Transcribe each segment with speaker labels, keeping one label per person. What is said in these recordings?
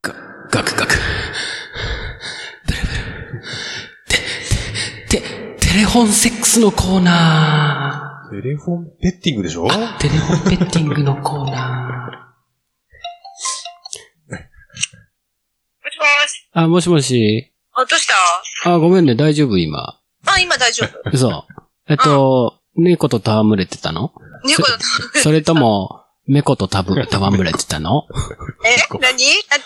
Speaker 1: ガクガク。ブルブル。て、て、テレフォンセックスのコーナー。
Speaker 2: テレフォンペッティングでしょ
Speaker 1: あ、テレフォンペッティングのコーナ
Speaker 3: もしもーし。
Speaker 1: ー。あ、もしもし。
Speaker 3: あ、どうした
Speaker 1: あ、ごめんね、大丈夫、今。
Speaker 3: あ、今大丈夫。
Speaker 1: 嘘。えっと、猫と戯れてたの
Speaker 3: 猫だった。
Speaker 1: それとも、猫とたぶ、戯れてたの
Speaker 3: え何だっ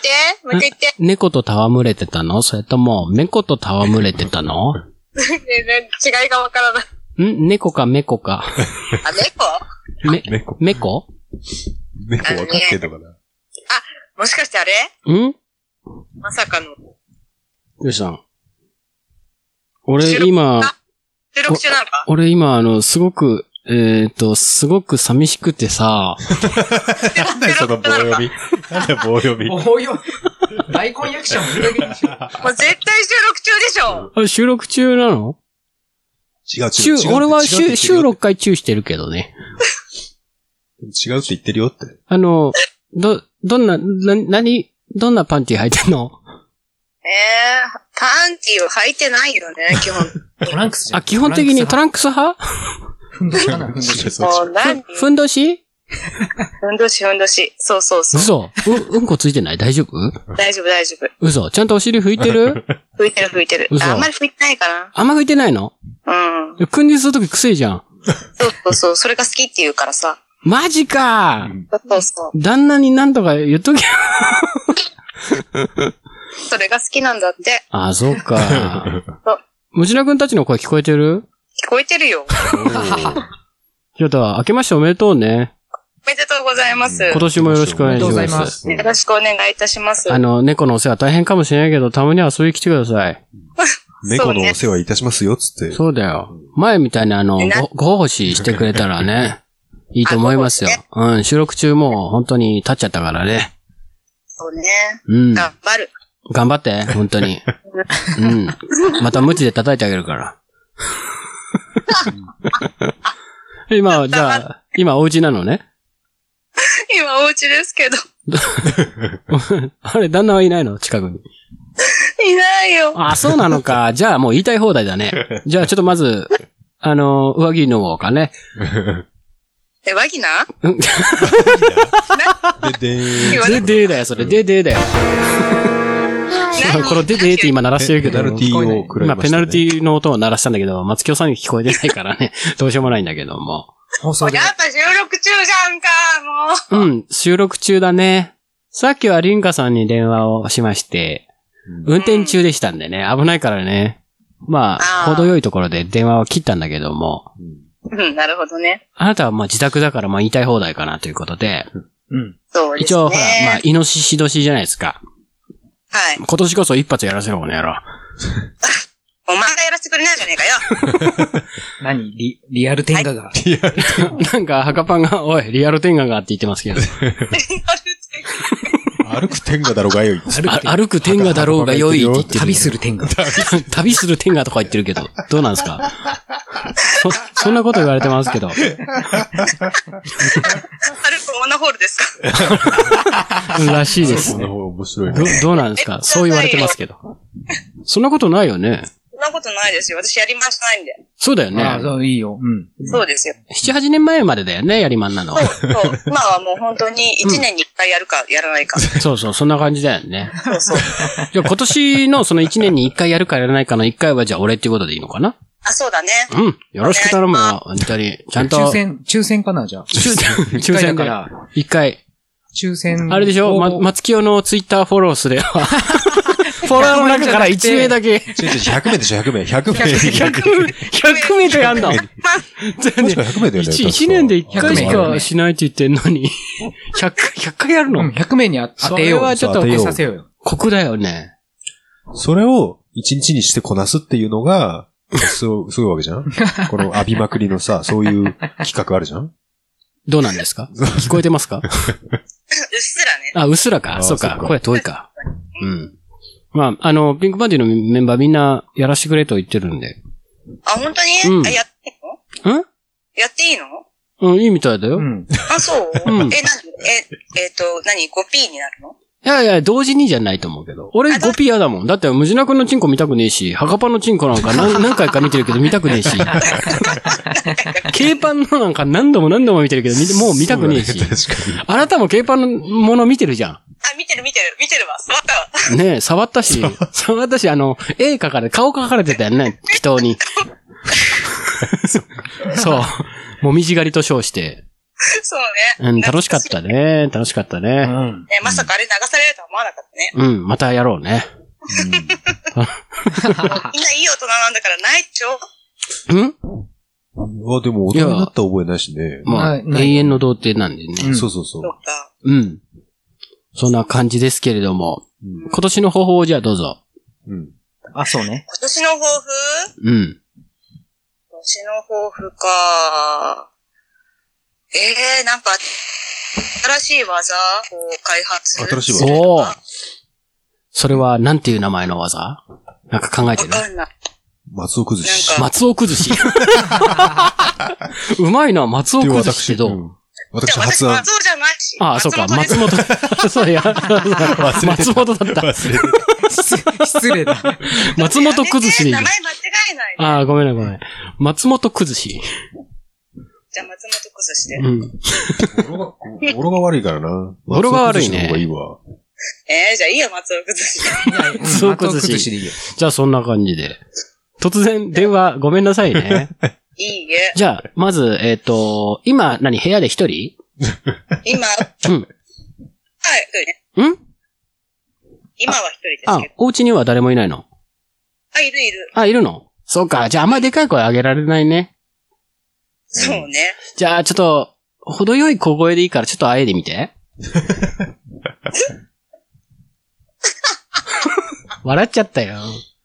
Speaker 3: てもう一回言って。
Speaker 1: 猫と戯れてたのそれとも、猫と戯れてたの
Speaker 3: 全然 違いがわからない。
Speaker 1: ん猫か猫か。
Speaker 3: あ、猫
Speaker 1: め、
Speaker 2: 猫、
Speaker 1: 猫
Speaker 2: 猫分かってんのかな
Speaker 3: もしかしてあれ
Speaker 1: ん
Speaker 3: まさかの。
Speaker 1: どうしたん俺今、
Speaker 3: 収録中なのか
Speaker 1: 俺今あの、すごく、えっ、と、すごく寂しくてさ、
Speaker 2: なん だよ、その棒読み。なんだよ、棒読み。
Speaker 4: およ、大根役者もいるわけでしょ。
Speaker 3: もう絶対収録中でしょ。
Speaker 1: あ収録中なの
Speaker 2: 違う、違
Speaker 1: 週
Speaker 2: う。違う
Speaker 1: 俺は
Speaker 2: 違う
Speaker 1: 週、
Speaker 2: って
Speaker 1: 週6回チューしてるけどね。
Speaker 2: 違うって言ってるよって。
Speaker 1: あの、ど、どんな、な、何、どんなパンティ履いてんの
Speaker 3: ええー、パンティを履いてないよね、基 本。
Speaker 4: トランクスじゃん。
Speaker 1: あ、基本的にトランクス派
Speaker 4: ふんどしかな、ふんどし。
Speaker 3: も
Speaker 2: そう
Speaker 3: 何
Speaker 1: ふふんどし
Speaker 3: ふんどしふんどし。そうそうそう。
Speaker 1: 嘘。う、うんこついてない大丈夫
Speaker 3: 大丈夫大丈夫。
Speaker 1: 嘘。ちゃんとお尻拭いてる
Speaker 3: 拭いてる拭いてる。
Speaker 1: 嘘
Speaker 3: ああんまり拭いてないか
Speaker 1: あんま拭いてないの
Speaker 3: な。うん。
Speaker 1: 訓練するときくせえじゃん。
Speaker 3: そうそうそう。それが好きって言うからさ。
Speaker 1: マジか
Speaker 3: そうそうそ
Speaker 1: 旦那に何とか言っときゃ。
Speaker 3: う。それが好きなんだって。
Speaker 1: あ、そうか
Speaker 3: そう。
Speaker 1: むちらくんたちの声聞こえてる
Speaker 3: 聞こえてるよ。
Speaker 1: ちょっと、明けましておめでとうね。
Speaker 3: おめでとうございます。
Speaker 1: 今年もよろしくお願いし
Speaker 4: おめ
Speaker 1: ま。
Speaker 4: でとうございますす
Speaker 3: よろしくお願いいたします。
Speaker 1: あの、猫のお世話大変かもしれないけど、たまには遊びに来てください。
Speaker 2: 猫のお世話いたしますよ、つって。
Speaker 1: そうだよ。前みたいにあの、
Speaker 3: えな
Speaker 1: ご、ご奉仕してくれたらね、いいと思いますよ。うん、収録中もう本当に立っちゃったからね。
Speaker 3: そうね。
Speaker 1: うん。
Speaker 3: 頑張る。
Speaker 1: 頑張って、本当に。うん。また無知で叩いてあげるから。今、じゃあ、今お家なのね。
Speaker 3: 今お家ですけど。
Speaker 1: あれ、旦那はいないの近くに。
Speaker 3: いないよ。
Speaker 1: あ、そうなのか。じゃあもう言いたい放題だね。じゃあちょっとまず、あの、上着脱ごうかね。
Speaker 3: え、ワギナ
Speaker 1: うん
Speaker 2: で、で
Speaker 3: 言わ
Speaker 1: で
Speaker 3: れ
Speaker 1: でーだよ、それ。ででーだよ。このででーって今鳴らしてるけ
Speaker 2: ペ
Speaker 1: ど
Speaker 2: ナ、ルティーを食らいました、ね。
Speaker 1: 今ペナルティーの音を鳴らしたんだけど、松清さんに聞こえてないから ね。どうしようもないんだけども。
Speaker 4: 放送で
Speaker 3: や。っぱ収録中じゃんか、もう。
Speaker 1: うん、収録中だね。さっきはリンカさんに電話をしまして、
Speaker 2: うん。
Speaker 1: 運転中でしたんでね、危ないからね。まあ、
Speaker 3: あー
Speaker 1: 程よいところで電話を切ったんだけども、
Speaker 3: うん、なるほどね。
Speaker 1: あなたはまあ自宅だからまあ言いたい放題かなということで、
Speaker 4: うん。
Speaker 3: そうです
Speaker 1: 一
Speaker 3: ね。
Speaker 1: 応ほら、まあ、イノシシ年じゃないですか。
Speaker 3: はい。
Speaker 1: 今年こそ一発やらせろ、この野郎。
Speaker 3: お前がやらせてくれないじゃねえかよ。
Speaker 4: 何リ、リアル天下が。
Speaker 1: なんか、ハカパンが、おい、リアル天眼がって言ってますけど、
Speaker 2: 歩く天下だろがよい。
Speaker 4: 歩
Speaker 1: あ
Speaker 4: く
Speaker 1: 歩く天眼だろうが良いって言って
Speaker 4: 旅する天下。
Speaker 1: る。旅する天眼とか言ってるけど、どうなんですかそ、そんなこと言われてますけど。
Speaker 3: 歩く女ホールですか。
Speaker 1: らしいです
Speaker 2: そ。の方が面 白い
Speaker 1: ど
Speaker 2: ね。、
Speaker 1: どうなんですかそう言われてますけど。そんなことないよね。
Speaker 3: そんなことないですよ。私やりましたないんで。
Speaker 1: そうだよね。
Speaker 4: ああ、そう、いいよ。うん。
Speaker 3: そうですよ。
Speaker 1: 7、8年前までだよね、やりまんなの
Speaker 3: そ。う、そう。今はもう本当に1年に1回やるか、やらないか。
Speaker 1: そうそう、そんな感じだよね。
Speaker 3: そうそう。
Speaker 1: じゃあ今年のその1年に1回やるかやらないかの1回はじゃあ俺っていうことでいいのかな
Speaker 3: あ、そうだね。
Speaker 1: うん。よろしく頼むよ、本当に。ちゃんと。
Speaker 4: 抽選、抽選かな、じゃあ。
Speaker 1: 抽選。
Speaker 4: 一
Speaker 1: 抽
Speaker 4: 回だ
Speaker 1: 選
Speaker 4: か
Speaker 1: から。
Speaker 4: ら、
Speaker 1: 1回。
Speaker 4: 抽選。
Speaker 1: あれでしょ
Speaker 4: 応募
Speaker 1: ま、松清のツイッターフォローす れば。フォロワーの中から1名だけ。
Speaker 2: 違う違う、100名でしょ、100名。100名。
Speaker 1: 100名、100名とやんの。全
Speaker 2: 確か100名だよね。
Speaker 1: 一一年で一回し
Speaker 4: 100
Speaker 1: か
Speaker 4: 名
Speaker 1: しないって言ってんのに、100、100回やる
Speaker 4: うん、
Speaker 1: の
Speaker 4: 100名にあ当てよ
Speaker 1: それ
Speaker 4: う
Speaker 1: は
Speaker 4: よ。
Speaker 1: ちょっ
Speaker 2: 当
Speaker 1: と
Speaker 2: てよ
Speaker 4: 当
Speaker 2: う
Speaker 4: てさせようよ。
Speaker 1: 酷だよね。
Speaker 2: それを一日にしてこなすっていうのが、そう、すごいわけじゃ んこの浴びまくりのさ、そういう企画あるじゃん
Speaker 1: どうなんですか聞こえてますか
Speaker 3: うっすらね。
Speaker 1: あ、うっすらか。
Speaker 2: あ
Speaker 1: そう
Speaker 2: そ
Speaker 1: か。
Speaker 2: うか
Speaker 1: 声遠いか。うん。まあ、あの、ピンクパンティのメンバーみんなやらしてくれと言ってるんで。
Speaker 3: あ、本当
Speaker 1: うん
Speaker 3: にあやっていいの
Speaker 1: ん
Speaker 3: やっていいの
Speaker 1: うん、いいみたいだ
Speaker 4: う
Speaker 1: よ。
Speaker 4: ん。
Speaker 3: あ、そうえ、
Speaker 1: うん
Speaker 3: なにえ、えっと、なに ?5P になるの
Speaker 1: いやいや、同時にじゃないと思うけど。俺、
Speaker 3: あど
Speaker 1: ゴピ嫌だもん。だって、ムジナ君のチンコ見たくねえし、ハカパンのチンコなんか何何回か見てるけど見たくねえし、ケーパンのなんか何度も何度も見てるけど、見てもう見たくねえし
Speaker 2: そう。だね確かに。
Speaker 1: あなたもケーパンのもの見てるじゃ
Speaker 3: あ、見てる見てる、見てるわ。 またわ。
Speaker 1: ん。ねえ、触ったし、触ったし、あの、絵描かれ、顔描かれてたよね、祈祷に。そう。もみじ狩りと称して。
Speaker 3: そうね。
Speaker 1: うん、楽しかっ。たね。楽しかった
Speaker 4: う
Speaker 1: ね。
Speaker 4: ん。
Speaker 3: ね、まさかあれ流されるとは思わなかった
Speaker 1: う
Speaker 3: ね。
Speaker 1: ん、またやろうね。
Speaker 3: みんないい大人なんだからないっちょ。
Speaker 1: うん
Speaker 2: あ、でも大人になった覚えないしね。
Speaker 1: まあ、
Speaker 4: ないない
Speaker 1: 永遠の童貞なんで
Speaker 4: う
Speaker 1: ね。
Speaker 4: ん
Speaker 2: そうそうそう
Speaker 3: そ。うか。
Speaker 1: うん。そんな感じですけれども、
Speaker 2: うん
Speaker 1: 今年の方法をじゃあどうぞ。
Speaker 2: うん。
Speaker 4: あ、そうね。
Speaker 3: 今年の抱負
Speaker 1: うん。
Speaker 3: 今年の抱負か。ええー、なんか、新しい技を開発。
Speaker 2: 新しい技
Speaker 1: おーそれは、なんていう名前の技なんか考えて
Speaker 3: わ
Speaker 1: る
Speaker 3: かんない。
Speaker 2: 松尾崩し。
Speaker 3: なんか
Speaker 1: 松尾崩し。うまいな、松尾
Speaker 2: っていう
Speaker 1: 崩し
Speaker 2: 私、
Speaker 1: ってど
Speaker 2: う
Speaker 1: う、
Speaker 2: ん私
Speaker 3: でも私、
Speaker 2: 発案。
Speaker 3: 松尾じゃないし。
Speaker 1: ああ、そうか、
Speaker 3: 松本です
Speaker 1: 松本。 そうや、
Speaker 2: 忘れて
Speaker 1: 松本だった。
Speaker 2: 忘れて
Speaker 4: 失失 礼だ。
Speaker 1: 松本崩しでいい
Speaker 3: や。めて名前間違えないで。
Speaker 1: ああ、ごめんなごめん。松本崩し。
Speaker 3: じゃあ、松本崩しで。
Speaker 1: うん。
Speaker 2: た。語呂が語呂が悪いからな。
Speaker 1: 語呂が悪いね
Speaker 2: 松尾崩しの方がいいわ。
Speaker 3: ええー、じゃあいいよ、松尾崩し。
Speaker 4: うん
Speaker 1: そういう
Speaker 4: 後
Speaker 1: ことし
Speaker 4: 崩しでいいよ。
Speaker 1: じゃあそんな感じで。突然電話ごめんなさいね。
Speaker 3: いいえ。
Speaker 1: じゃあ、まず、えっ、と、今、何、部屋で一人
Speaker 3: 今、はい、
Speaker 1: うん。
Speaker 3: 一人ね。
Speaker 1: ん
Speaker 3: 今は一人ですけど。
Speaker 1: あ、お家には誰もいないの
Speaker 3: あ、いるいる。
Speaker 1: あ、いるのそうか。じゃああんまでかい声上げられないね。
Speaker 3: そうね。
Speaker 1: じゃあ、ちょっと、程よい小声でいいから、ちょっとあえいでみ て。笑っちゃったよ。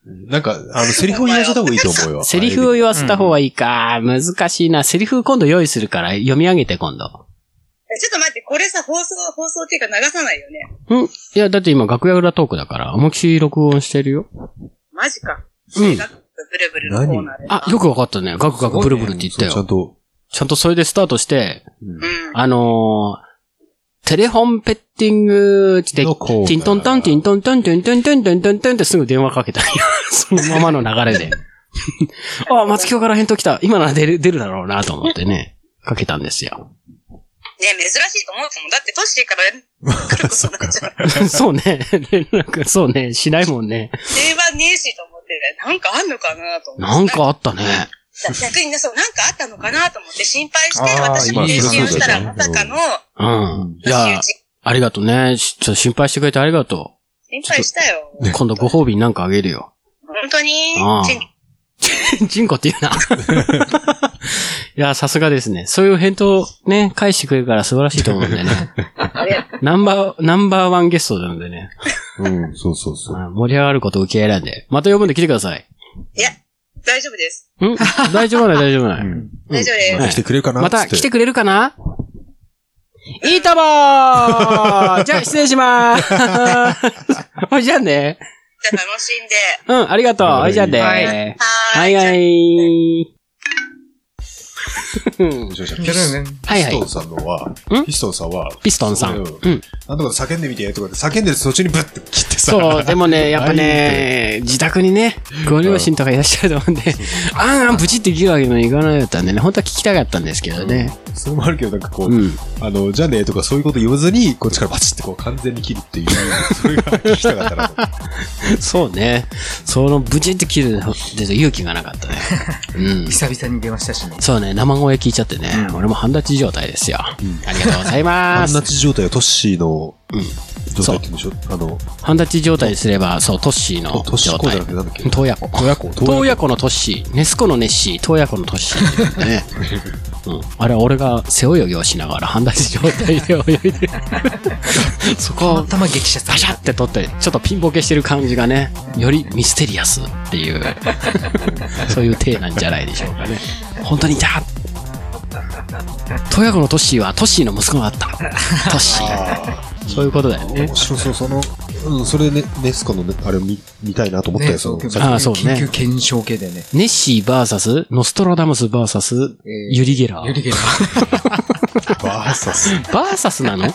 Speaker 2: なんか、あの、セリフを言わせた方がいいと思うよ。
Speaker 1: セリフを言わせた方がいいか。難しいな。セリフ今度用意するから、読み上げて今度。
Speaker 3: えちょっと待って、これさ、放送、放送っていうか流さないよね。
Speaker 1: んいや、だって今、楽屋裏トークだから、思いっきり録音してるよ。
Speaker 3: マジか。
Speaker 1: うん
Speaker 3: ガクガクブルブルのコーナーで。
Speaker 1: あ、よくわかったね。ガクガクブルブルって言った
Speaker 2: そうちゃ
Speaker 1: よ。
Speaker 2: んと。
Speaker 1: ちゃんとそれでスタートして、
Speaker 3: うん。
Speaker 1: あのー、テレフォンペッティングって
Speaker 2: のコーナー
Speaker 1: ティントントン、ティントントン、ティントントン、ティントントンってすぐ電話かけたんよそのままの流れで。 あ、松京から返答来た。今なら出る、出るだろうなと思ってね、かけたんです よ。
Speaker 3: ね珍しいと思うかもん。だってトッシー から来 ることないじゃん。
Speaker 1: そうね。連絡、そうね。しないもんね。
Speaker 3: 定番ねえしと思ってね、なんかあんのかなと思って。
Speaker 1: なんかあったね。
Speaker 3: 逆にね、そう、なんかあったのかなと思って心配して、
Speaker 4: あー
Speaker 3: 私も
Speaker 4: まあ
Speaker 3: 練
Speaker 4: そり
Speaker 3: 習
Speaker 4: ゃ
Speaker 3: し
Speaker 4: そう
Speaker 3: た
Speaker 4: だよ
Speaker 3: ら、
Speaker 4: ね
Speaker 3: まさかの、
Speaker 1: うん。じ
Speaker 3: 私
Speaker 1: ゃ
Speaker 3: う
Speaker 1: あ、
Speaker 3: ち
Speaker 1: ありがとうね。しちょっと心配してくれてありがと
Speaker 3: 心配したよ。
Speaker 1: う。今度ご褒美になんかあげるよ。
Speaker 3: 本当に
Speaker 1: ああ
Speaker 3: ちん
Speaker 1: チンコって言うな。 いや、さすがですね。そういう返答ね、返してくれるから素晴らしいと思うん でね。
Speaker 3: あれ、
Speaker 1: ナンバー、ナンバーワンゲストなのでね。
Speaker 2: うん、そうそうそう。
Speaker 1: まあ盛り上がることを受け入れなんで。また呼ぶんで来てください。
Speaker 3: いや、大丈夫です。
Speaker 1: ん大丈夫ない、大丈夫な
Speaker 2: う
Speaker 1: い。
Speaker 2: ん
Speaker 3: 大丈夫です。
Speaker 2: また来てくれるかな
Speaker 1: また
Speaker 2: つって
Speaker 1: 来てくれるかないいともー じゃあ失礼しまー すほいじゃあね。
Speaker 3: じゃあ楽しんで。
Speaker 1: うん、ありがとう。
Speaker 2: はい
Speaker 1: ほいじゃあね。
Speaker 4: はい
Speaker 3: は
Speaker 1: は
Speaker 3: ー
Speaker 1: い
Speaker 3: い。
Speaker 1: は
Speaker 3: じゃあ
Speaker 1: い。うん
Speaker 2: もしかしたら
Speaker 4: キャラね
Speaker 1: はいはい
Speaker 2: ピストンさんのは
Speaker 1: ん、
Speaker 2: ピストンさんは、
Speaker 1: ピストンさん。。
Speaker 2: そううんなんとか叫んでみて、とかって叫んでる途中にブッて切ってさ。
Speaker 1: そう、でもね、やっぱね、 自宅にね、ご両親とかいらっしゃると思うんで、あんあんプチって切るわけにもいかないだったんでね、本当は聞きたかったんですけどね。
Speaker 2: それもあるけど、なんかこ
Speaker 1: う
Speaker 2: う、
Speaker 1: ん。
Speaker 2: あの、じゃあねとかそういうこと言わずに、こっちからバチってこう完全に切るっていう、 それが聞きたかったなと。
Speaker 1: そうね。そのブチって切るで勇気がなかった ね。うん。
Speaker 4: 久々に出ましたしね。
Speaker 1: そうね、生声聞いちゃってね、
Speaker 4: うん
Speaker 1: 俺も半立ち状態ですよ。ありがとうございま
Speaker 2: 半
Speaker 1: す。
Speaker 2: 立ち状態はトッシーの
Speaker 1: うん
Speaker 2: 状態って言うんでしょあの、
Speaker 1: 半立ち状態にすれば、そう、トッシーの
Speaker 2: トッシ
Speaker 1: 状
Speaker 2: ーこうじゃ
Speaker 1: 態
Speaker 2: なく。てなんだっけ
Speaker 1: 東野湖。
Speaker 2: 東野湖。
Speaker 1: 東野湖のトッシー、ネスコのネッシー、東野湖のトッシーってね。うん、あれは俺が背泳ぎをしながら半立ち状態で泳い でそこを
Speaker 4: 頭激写さ
Speaker 1: バ
Speaker 4: れ
Speaker 1: シ
Speaker 4: た
Speaker 1: ャって取ってちょっとピンボケしてる感じがねよりミステリアスっていう そういう体なんじゃないでしょうかね本当にいた東野湖のトッシーはトッシーの息子だったトッシー
Speaker 2: あ
Speaker 1: そういうことだよ
Speaker 2: あ、
Speaker 1: ね
Speaker 2: 面白そう、その、うん、それね、ネスコのね、あれを見見たいなと思ったよ、
Speaker 4: ね、
Speaker 2: そ
Speaker 4: そう
Speaker 2: の、
Speaker 4: 緊
Speaker 2: さ
Speaker 4: 急
Speaker 2: っ
Speaker 1: あーそうね
Speaker 4: 緊急検証系でね。
Speaker 1: ネッシー VS ノストラダムス VS
Speaker 4: えー
Speaker 1: ユリゲラー
Speaker 4: ユリゲラ。
Speaker 2: バーサス。
Speaker 1: バーサスなの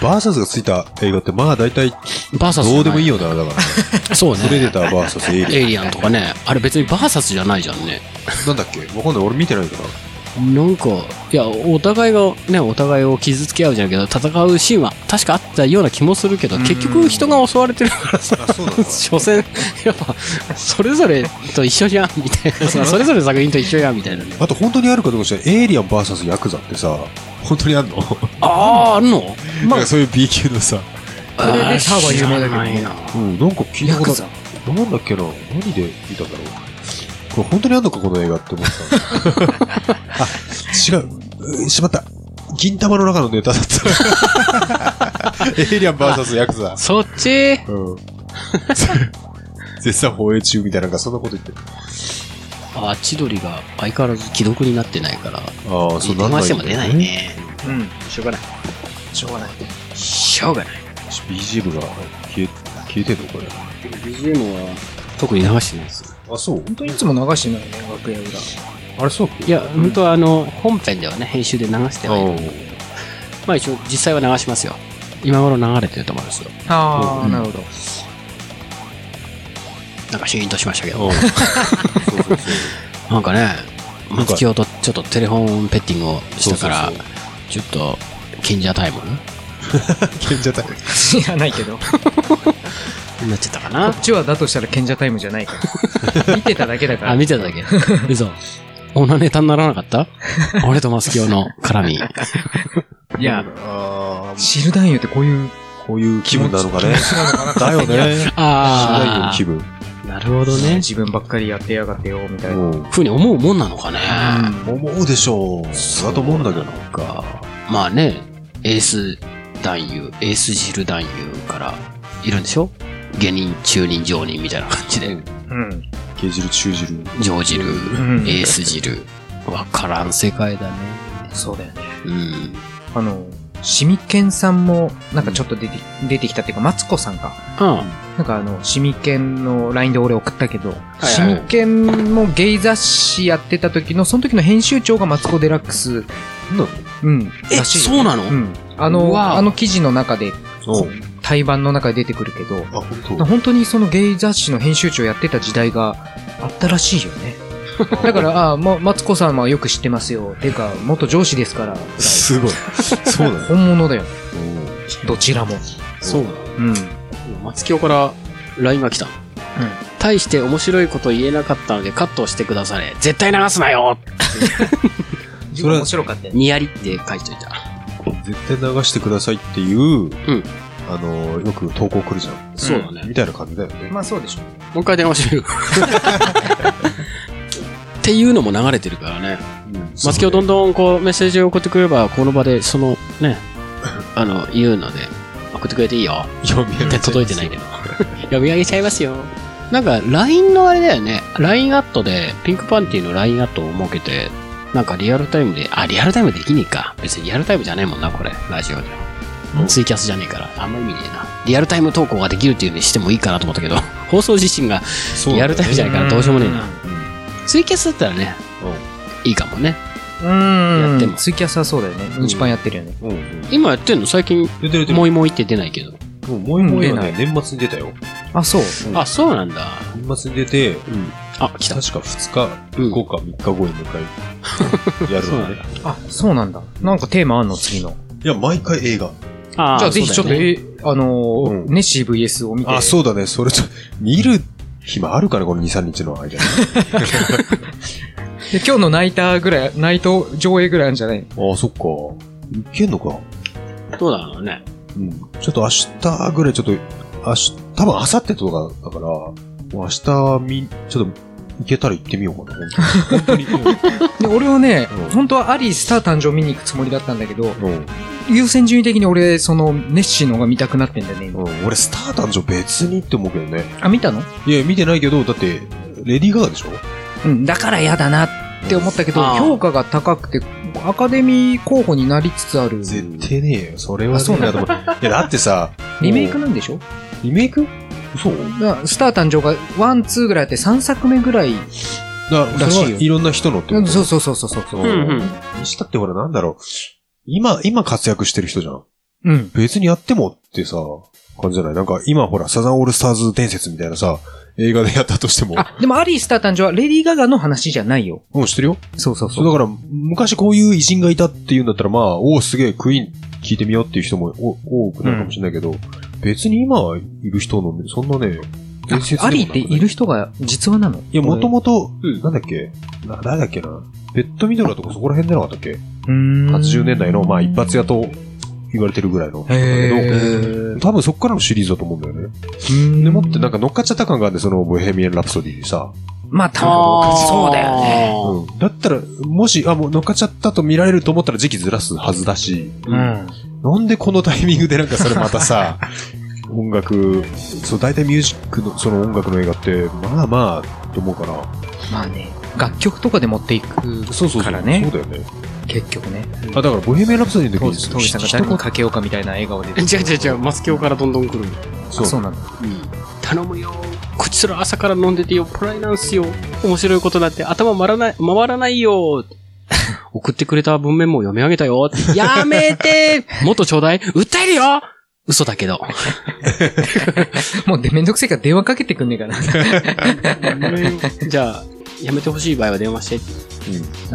Speaker 2: バーサスがついた映画って、まあ大体、
Speaker 1: バーサス。
Speaker 2: どうでもいい
Speaker 1: よ。
Speaker 2: よな、だ からね。
Speaker 1: そう
Speaker 2: プレ
Speaker 1: ね。
Speaker 2: デターバーサスエイリアン。
Speaker 1: エイリアンとかね。あれ別にバーサスじゃないじゃんね。
Speaker 2: なんだっけわかんない。俺見てないから。
Speaker 1: なんか、いや、お互いが、ね、お互いを傷つけ合うじゃんけど、戦うシーンは確かあったような気もするけど、
Speaker 4: うん
Speaker 1: 結局人が襲われてるからさ、
Speaker 2: あ、そうなの
Speaker 1: 所詮、やっぱ、それぞれと一緒じゃん、みたいなさ、それぞれの作品と一緒やん、みたいなね。
Speaker 2: あと本当にあるかどうか知らない。エイリアンバーサスヤクザってさ、本当に あんの
Speaker 1: あー、あるの
Speaker 2: なんかそういう B 級のさ。
Speaker 4: これで
Speaker 1: あー
Speaker 4: ターバン有名だけどね
Speaker 1: 知らないな
Speaker 2: うん、なんか聞いた
Speaker 4: ヤ
Speaker 2: こ
Speaker 4: ク
Speaker 2: と
Speaker 4: ザ。
Speaker 2: なんだっけな何で見たんだろうこれ本当にあんのかこの映画って思った のあ、違ううー。しまった。銀玉の中のネタだ った。エイリアンバーサスヤクザ。
Speaker 1: そっち
Speaker 2: うん。絶賛放映中みたいな、なんかそんなこと言ってる。
Speaker 1: あ、千鳥が相変わらず既読になってないから、
Speaker 2: ああ、そうなんだ。
Speaker 1: しても出ない。ね。
Speaker 4: うん。しょうがない。しょうがない。
Speaker 1: しょうがない。
Speaker 2: BGM が消え、消えてんのこれ。
Speaker 1: BGM は特に流してないです。
Speaker 2: あ、そう
Speaker 4: 本当にいつも流してないね、楽屋裏。
Speaker 2: あれそう
Speaker 1: いや、本当はあの、本編ではね、編集で流してはいるんでまあ一応実際は流しますよ。今頃流れてると思いますよ。
Speaker 4: あ
Speaker 1: う
Speaker 4: あ、
Speaker 1: ん
Speaker 4: なるほど。
Speaker 1: なんかシーンとしましたけど。
Speaker 2: うん。そうそうそ
Speaker 1: なんかね、
Speaker 2: なんか
Speaker 1: 松清とちょっとテレフォンペッティングをしたから
Speaker 2: そうそう、
Speaker 1: ちょっと、賢者タイム
Speaker 2: う。賢者タイ
Speaker 4: 知らないけど。 こ
Speaker 1: になっちゃったかな
Speaker 4: っ。ちはだとしたら賢者タイムじゃない から。見てただけだから。
Speaker 1: あ、見てただ け。嘘。女ネタにならなかった俺と松清の絡 み。
Speaker 4: いや、
Speaker 2: あー
Speaker 4: 知る男優ってこういう
Speaker 2: こういう気分なのかね
Speaker 4: 気。持ちなのかな
Speaker 2: だよ。ね。
Speaker 1: あ
Speaker 2: 気分。
Speaker 1: あ、なるほどね。
Speaker 4: 自分ばっかりやってやがってよ、みたいな。
Speaker 2: うん。
Speaker 1: ふうに思うもんなのかね。
Speaker 2: 思うでしょう。だと思うんだけど。
Speaker 1: なんか、まあね、エース男優、エース汁男優からいるんでしょ下人、中人、上人みたいな感じで。
Speaker 4: うん。
Speaker 2: 軽汁、中汁。
Speaker 1: 上汁、
Speaker 4: ん
Speaker 1: エース汁。わからん世界だね。
Speaker 4: そうだよね。
Speaker 1: うん。
Speaker 4: あの、シミケンさんも、なんかちょっと出て、出てきたっていうか、マツコさんか。
Speaker 1: あ
Speaker 4: なんかあの、シミケンの LINE で俺送ったけど、
Speaker 1: い
Speaker 4: シミケンもゲイ雑誌やってた時の、その時の編集長がマツコデラックス、うん、
Speaker 1: え、
Speaker 4: らしい。
Speaker 1: そうなの、
Speaker 4: うん。
Speaker 1: う
Speaker 4: あ
Speaker 1: わ
Speaker 4: の、
Speaker 1: ぁ
Speaker 4: あの記事の中で、
Speaker 2: そう。
Speaker 4: 対版の中で出てくるけど、
Speaker 2: あ、本当。
Speaker 4: 本当にそのゲイ雑誌の編集長やってた時代があったらしいよね。だから、あま、マツコさんはよく知ってますよ。てか、元上司ですから、ぐらい
Speaker 2: すごい。そうだよ。
Speaker 4: 本物だよ。
Speaker 2: うん
Speaker 4: どちらも。
Speaker 1: そうな
Speaker 4: うん。
Speaker 1: の松清から LINE が来たの。大して面白いこと言えなかったのでカットしてくだされ。絶対流すなよ
Speaker 2: それは
Speaker 4: 面白かったよね。
Speaker 1: にやりって書いといた。
Speaker 2: 絶対流してくださいっていう、
Speaker 1: ん
Speaker 2: あのー、よく投稿来るじゃん。
Speaker 1: そうだね
Speaker 2: みたいな感じだよね。
Speaker 4: まあそうでしょ。
Speaker 1: もう一回電話してみる。っていうのも流れてるからね。松木をどん
Speaker 2: ん。
Speaker 1: どんこうメッセージを送ってくれば、この場でそのね、あの、言うので、送ってくれていいよ。
Speaker 2: 読み上
Speaker 1: って届いてないけど。読み上げちゃいますよ。なんか、LINE のあれだよね。LINE アットで、ピンクパンティの LINE アットを設けて、なんかリアルタイムで、あ、リアルタイムできねえか。別にリアルタイムじゃねえもんな、これ。ラジオで
Speaker 2: うん。
Speaker 1: ツイキャスじゃねえから、あんま意味ねえな。リアルタイム投稿ができるっていうふうにしてもいいかなと思ったけど、放送自身が
Speaker 2: そう
Speaker 1: リ
Speaker 2: な
Speaker 1: アル
Speaker 2: んだよね
Speaker 1: タイムじゃないからどうしようもねえな。
Speaker 2: う
Speaker 1: ツイキャスだったらね、いいかもね。
Speaker 4: うん。
Speaker 1: やっても
Speaker 4: ツイキャスはそうだよね。うんちパンやってるよね。
Speaker 2: んうん。うん。
Speaker 1: 今やってんの最近、
Speaker 2: 出てる出てる。
Speaker 1: もいもいって出ないけど。
Speaker 2: うんもう、もう
Speaker 4: 出
Speaker 2: 今
Speaker 4: な
Speaker 2: ね
Speaker 4: い、
Speaker 2: 年末に出たよ。
Speaker 4: あ、そう。
Speaker 2: うん
Speaker 1: あ、そうなんだ。
Speaker 2: 年末に出て、
Speaker 1: あ、来た。
Speaker 2: 確か2日、
Speaker 1: うん
Speaker 2: 5か3日後に迎 え、やるのね。
Speaker 4: あ、そうなんだ。なんかテーマあんの次の。
Speaker 2: いや、毎回映画。
Speaker 1: あー
Speaker 4: じゃあぜひちょっ
Speaker 1: そ
Speaker 4: と、
Speaker 1: うだよね
Speaker 4: え、あのー、
Speaker 2: うん
Speaker 4: ね、CVS を見て。
Speaker 2: あ、そうだね。それちょ、見る暇あるかなこの2、3日の 間に。
Speaker 4: で今日のナイターぐらい、ナイト上映ぐらいあるんじゃない
Speaker 2: ああ、そっか。いけんのか。
Speaker 1: どうだろうね。
Speaker 2: うん。ちょっと明日ぐらいちょっと、明日、多分明後日とかだから、もう明日み、ちょっと、行けたら行ってみよう かな。本当に。本
Speaker 4: で、俺はね
Speaker 2: うん、
Speaker 4: 本当はアリースター誕生見に行くつもりだったんだけど、
Speaker 2: 当にうん
Speaker 4: 優先順位的に俺、その、ネッシーの方が見たくなってんだよね、今。
Speaker 2: うん。俺、スター誕生別にって思うけどね。
Speaker 4: あ、見たの
Speaker 2: いや、見てないけど、だって、レディー・ガガでしょ
Speaker 4: うん、だから嫌だなって思ったけど
Speaker 1: あ、ー
Speaker 4: 評価が高くて、アカデミー候補になりつつある。
Speaker 2: 絶対ねえよ。それは
Speaker 4: あそうなんだ
Speaker 2: だと思う。いや、だってさ、
Speaker 4: リメイク
Speaker 2: も
Speaker 4: なんでしょ
Speaker 2: うリメイクそう
Speaker 4: だからスター誕生がワン、ツーぐらいあって3作目ぐらい。
Speaker 2: だから
Speaker 4: らしいよ
Speaker 2: それはいろんな人のって
Speaker 4: そう
Speaker 2: こと
Speaker 4: そうそうそうそ
Speaker 2: う
Speaker 4: う。
Speaker 1: うんうん
Speaker 2: にしたってほら、なんだろ今、今活躍してる人じゃん。
Speaker 4: うん。
Speaker 2: 別にやってもってさ、感じじゃないなんか今ほら、サザンオールスターズ伝説みたいなさ、映画でやったとしても、
Speaker 4: あ、でもアリースター誕生はレディー・ガガの話じゃないよ。
Speaker 2: うん、知ってるよ
Speaker 4: そうそう
Speaker 2: そう、だから、昔こういう偉人がいたっていうんだったら、まあ、おお、すげえ、クイーン聞いてみようっていう人もお多くなるかもしれないけど、別に今いる人のね、そんなね、伝説でも
Speaker 4: アリ
Speaker 2: な
Speaker 4: ーっ
Speaker 2: く
Speaker 4: て
Speaker 2: ない
Speaker 4: いる人が実話なの
Speaker 2: いや、もともと
Speaker 1: うん、
Speaker 2: なんだっけ、な、誰だっけな、ベッドミドラーとかそこら辺じゃなかったっけ
Speaker 4: うーん
Speaker 2: ?80 年代の、まあ、一発屋と言われてるぐらいの。だけど、
Speaker 4: へ
Speaker 2: 多分そこからのシリーズだと思うんだよね。
Speaker 4: ー。
Speaker 2: でもってなんか乗っかっちゃった感があって、その、ボヘミアン・ラプソディにさ。
Speaker 4: まあ、た
Speaker 1: あー
Speaker 4: そうだよね。
Speaker 2: うんだったら、もし、あ、もう乗っかっちゃったと見られると思ったら時期ずらすはずだし。
Speaker 4: うん。
Speaker 2: なんでこのタイミングでなんかそれまたさ、音楽、そう、大体ミュージックの、その音楽の映画って、まあまあ、と思うから。
Speaker 4: まあね、楽曲とかで持っていく
Speaker 2: そうそうそう。
Speaker 4: からね
Speaker 2: そうだよね。
Speaker 4: 結局ね。
Speaker 2: あ、だから、ボヘミアン・ラプソディの時
Speaker 4: 当
Speaker 2: に、
Speaker 4: 時、当時さんが誰にかけようかみたいな笑顔で。
Speaker 1: 違う違う違う、マスキオからどんどん来る。
Speaker 2: そ
Speaker 4: あ
Speaker 2: う
Speaker 4: そうなんだ。
Speaker 1: 頼むよ。こちら朝から飲んでて酔っ払いなんすよ。面白いことなんて頭回らない、回らない よ。送ってくれた文面も読み上げたよ。やめ てもっとちょうだい訴えるよ嘘だけど。
Speaker 4: もうでめんどくせえから電話かけてくんねえかな。
Speaker 1: じゃあ、やめてほしい場合は電話して。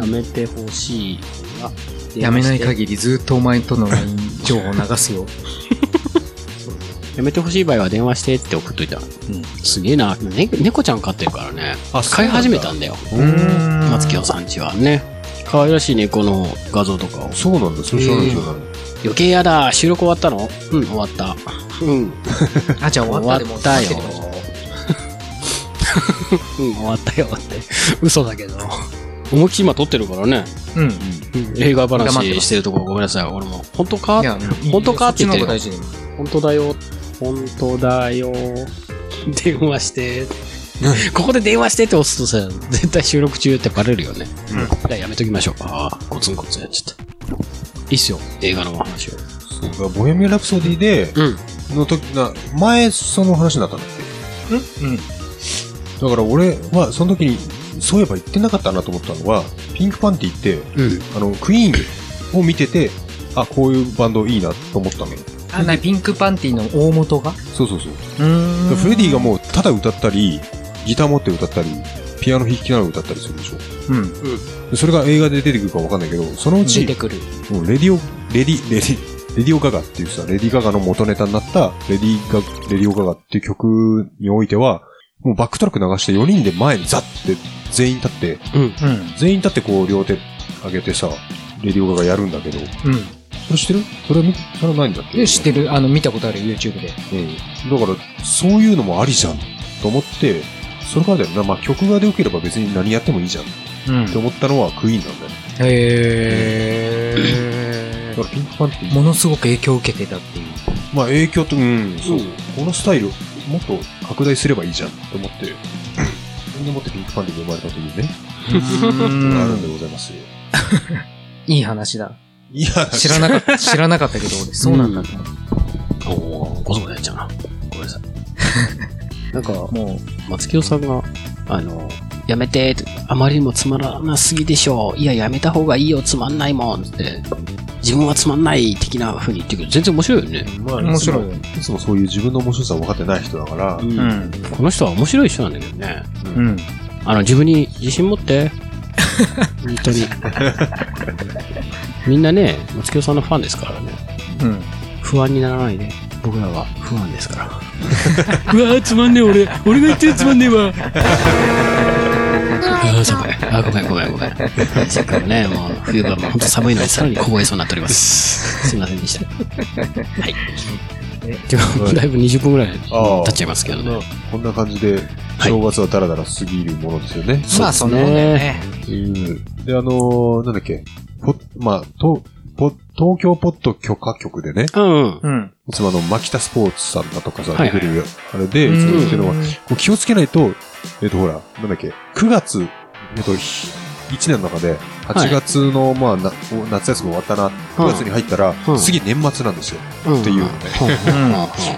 Speaker 2: う
Speaker 1: やめてほしいは
Speaker 4: やめない
Speaker 1: 電話して
Speaker 4: 限りずっとお前との LINE 情報流すよ。
Speaker 1: やめてほしい場合は電話してって送っといた。すげえな。ね猫ちゃん飼ってるからね。
Speaker 2: あ
Speaker 1: 飼い始めたんだよ。
Speaker 2: うーん。
Speaker 1: 松清さんちはね。可愛らしい猫の画像とかを。
Speaker 2: そうなんだ、そう知らない、知らない。
Speaker 1: 余計やだ収録終わったのうん終わったうん
Speaker 4: あ、じゃあ終わったで
Speaker 1: 終
Speaker 4: も
Speaker 1: わ
Speaker 4: う
Speaker 1: ったよ
Speaker 4: 待ってて
Speaker 1: う
Speaker 4: くれ
Speaker 1: ん終わったよって嘘だけ ど思いっきり今撮ってるからね、
Speaker 4: うん。
Speaker 1: 映画
Speaker 4: 黙って
Speaker 1: 話
Speaker 4: ます
Speaker 1: してるところごめんなさい俺も本当か
Speaker 4: いや、
Speaker 1: 本当かって言ってる
Speaker 4: そっちの方が大事に
Speaker 1: 本当だよ本当だよ電話してここで電話してって押すとさ絶対収録中ってバレるよね、
Speaker 4: うん
Speaker 1: じゃあやめときましょうああコツンコツンやっちゃったいいっすよ映画のお話を
Speaker 2: そうだから、ボヘミアン・ラプソディで、
Speaker 1: うん
Speaker 2: の時が、前、その話になったんだっ
Speaker 4: うん。
Speaker 2: けだから、俺は、その時に、そういえば言ってなかったなと思ったのは、ピンクパンティって、
Speaker 1: うん
Speaker 2: あの、クイーンを見てて、あ、こういうバンドいいなと思ったのよ。
Speaker 4: あ、な、ピンクパンティの大元が
Speaker 2: そうそうそう。
Speaker 4: うーん
Speaker 2: フレディがもうただ歌ったり、ギター持って歌ったり、ピアノ弾きながら歌ったりするでしょ。
Speaker 4: うん。
Speaker 2: でそれが映画で出てくるかわかんないけど、そのうち
Speaker 1: 出、てくる
Speaker 2: もうレディオ、レディ、レディ、レディオガガっていうさ、レディガガの元ネタになった、レディガ、レディオガガっていう曲においては、もうバックトラック流して4人で前にザッて全員立って、
Speaker 4: うん。
Speaker 2: 全員立ってこう両手上げてさ、レディオガガやるんだけど、
Speaker 4: うん。
Speaker 2: それ知ってるそれは見、それはないんだっけ
Speaker 4: で、知ってる、あの、見たことある YouTube で。
Speaker 2: うん、だから、そういうのもありじゃんと思って、それからだよな、まあ、曲が良ければ別に何やってもいいじゃんっ
Speaker 4: うん
Speaker 2: て思ったのはクイーンなんだよ。
Speaker 4: へ
Speaker 2: だからピンクパンティ
Speaker 4: ものすごく影響を受けてたっていう。
Speaker 2: まあ影響と、うん、そう、
Speaker 1: うん
Speaker 2: このスタイル、もっと拡大すればいいじゃんと思って、そんでもってピンクパンティが生まれたというね、あるんでございますよ。
Speaker 4: いい話だ。
Speaker 2: いや、
Speaker 4: 知らなかった、 知らなかったけど、俺、そうなんだと思
Speaker 1: おおご存知やっちゃうなごめんなさい なんか
Speaker 4: う。も
Speaker 1: 松清さんが、あの、やめて、あまりにもつまらなすぎでしょう。いや、やめた方がいいよ、つまんないもんって。自分はつまんない的な風に言ってくる全然面白いよね。
Speaker 2: まあ、
Speaker 4: う、面白い。
Speaker 2: いつも。いつもそういう自分の面白さを分かってない人だから、
Speaker 1: ん
Speaker 4: うん。
Speaker 1: この人は面白い人なんだけどね。
Speaker 4: うん。
Speaker 1: あの、自分に自信持 って。本当に。みんなね、松清さんのファンですからね。
Speaker 4: うん。
Speaker 1: 不安にならないで。僕らは不安です から。うわーつまんねえ俺。俺が言ってるつまんねえわ。あー寒い。あー、ごめんごめんごめ ん。せっかくね、もう冬場も本当寒いのにさらに凍えそうになっております。すいませんでした。はい。でもだいぶ20分ぐらい
Speaker 2: ああ
Speaker 1: 経っちゃいますけどね。
Speaker 2: こんな感じで、
Speaker 1: はい
Speaker 2: 正月はだらだら過ぎるものですよね。
Speaker 4: まあ、そんなもんだよね。
Speaker 2: うん。で、あのー、なんだっけ、ポまあ、と、ポ東京ポッド許可局でね、
Speaker 1: うんうん。
Speaker 4: うん。
Speaker 2: 妻のマキタスポーツさんだとかさ、
Speaker 1: はい
Speaker 2: 出てるあれで、いつも言ってるのは、もう気をつけないと、えっと、ほら、なんだっけ、9月、えっと、ひ1年の中で、
Speaker 1: い
Speaker 2: 8月の、まあ、な夏休み終わったな、9月に入ったら、
Speaker 1: うん
Speaker 2: 次年末なんですよ。
Speaker 1: うん
Speaker 2: っていうね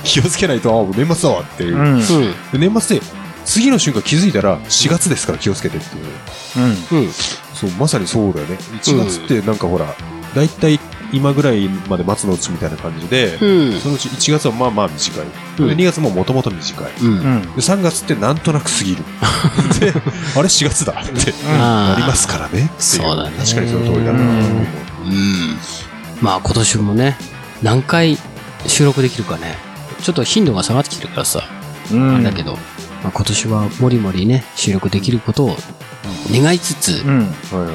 Speaker 2: 気をつけないと、あ、もう年末だわっていうう。
Speaker 4: ん。う
Speaker 1: うん。う
Speaker 4: ん。
Speaker 1: ん
Speaker 2: で年末で、次の瞬間気づいたら、4月ですから気をつけてっていう。
Speaker 1: うん。
Speaker 2: そう、まさにそうだよね。1月ってなんかほら、だいたい今ぐらいまで松の内みたいな感じで、
Speaker 1: うん。
Speaker 2: そのうち1月はまあまあ短い。
Speaker 1: うん
Speaker 2: で2月ももともと短い。
Speaker 1: うん。
Speaker 4: うん。
Speaker 2: で3月ってなんとなく過ぎる。で、あれ4月だって
Speaker 1: あー
Speaker 2: なりますからね。ってい
Speaker 1: そうだね
Speaker 2: 確かにその通りだなと思う。
Speaker 1: うん。まあ今年もね、何回収録できるかね。ちょっと頻度が下がってきてるからさ、
Speaker 4: うん。
Speaker 1: あれだけど、まあ、今年はもりもりね、収録できることを願いつつ
Speaker 4: うん。
Speaker 2: はいはい。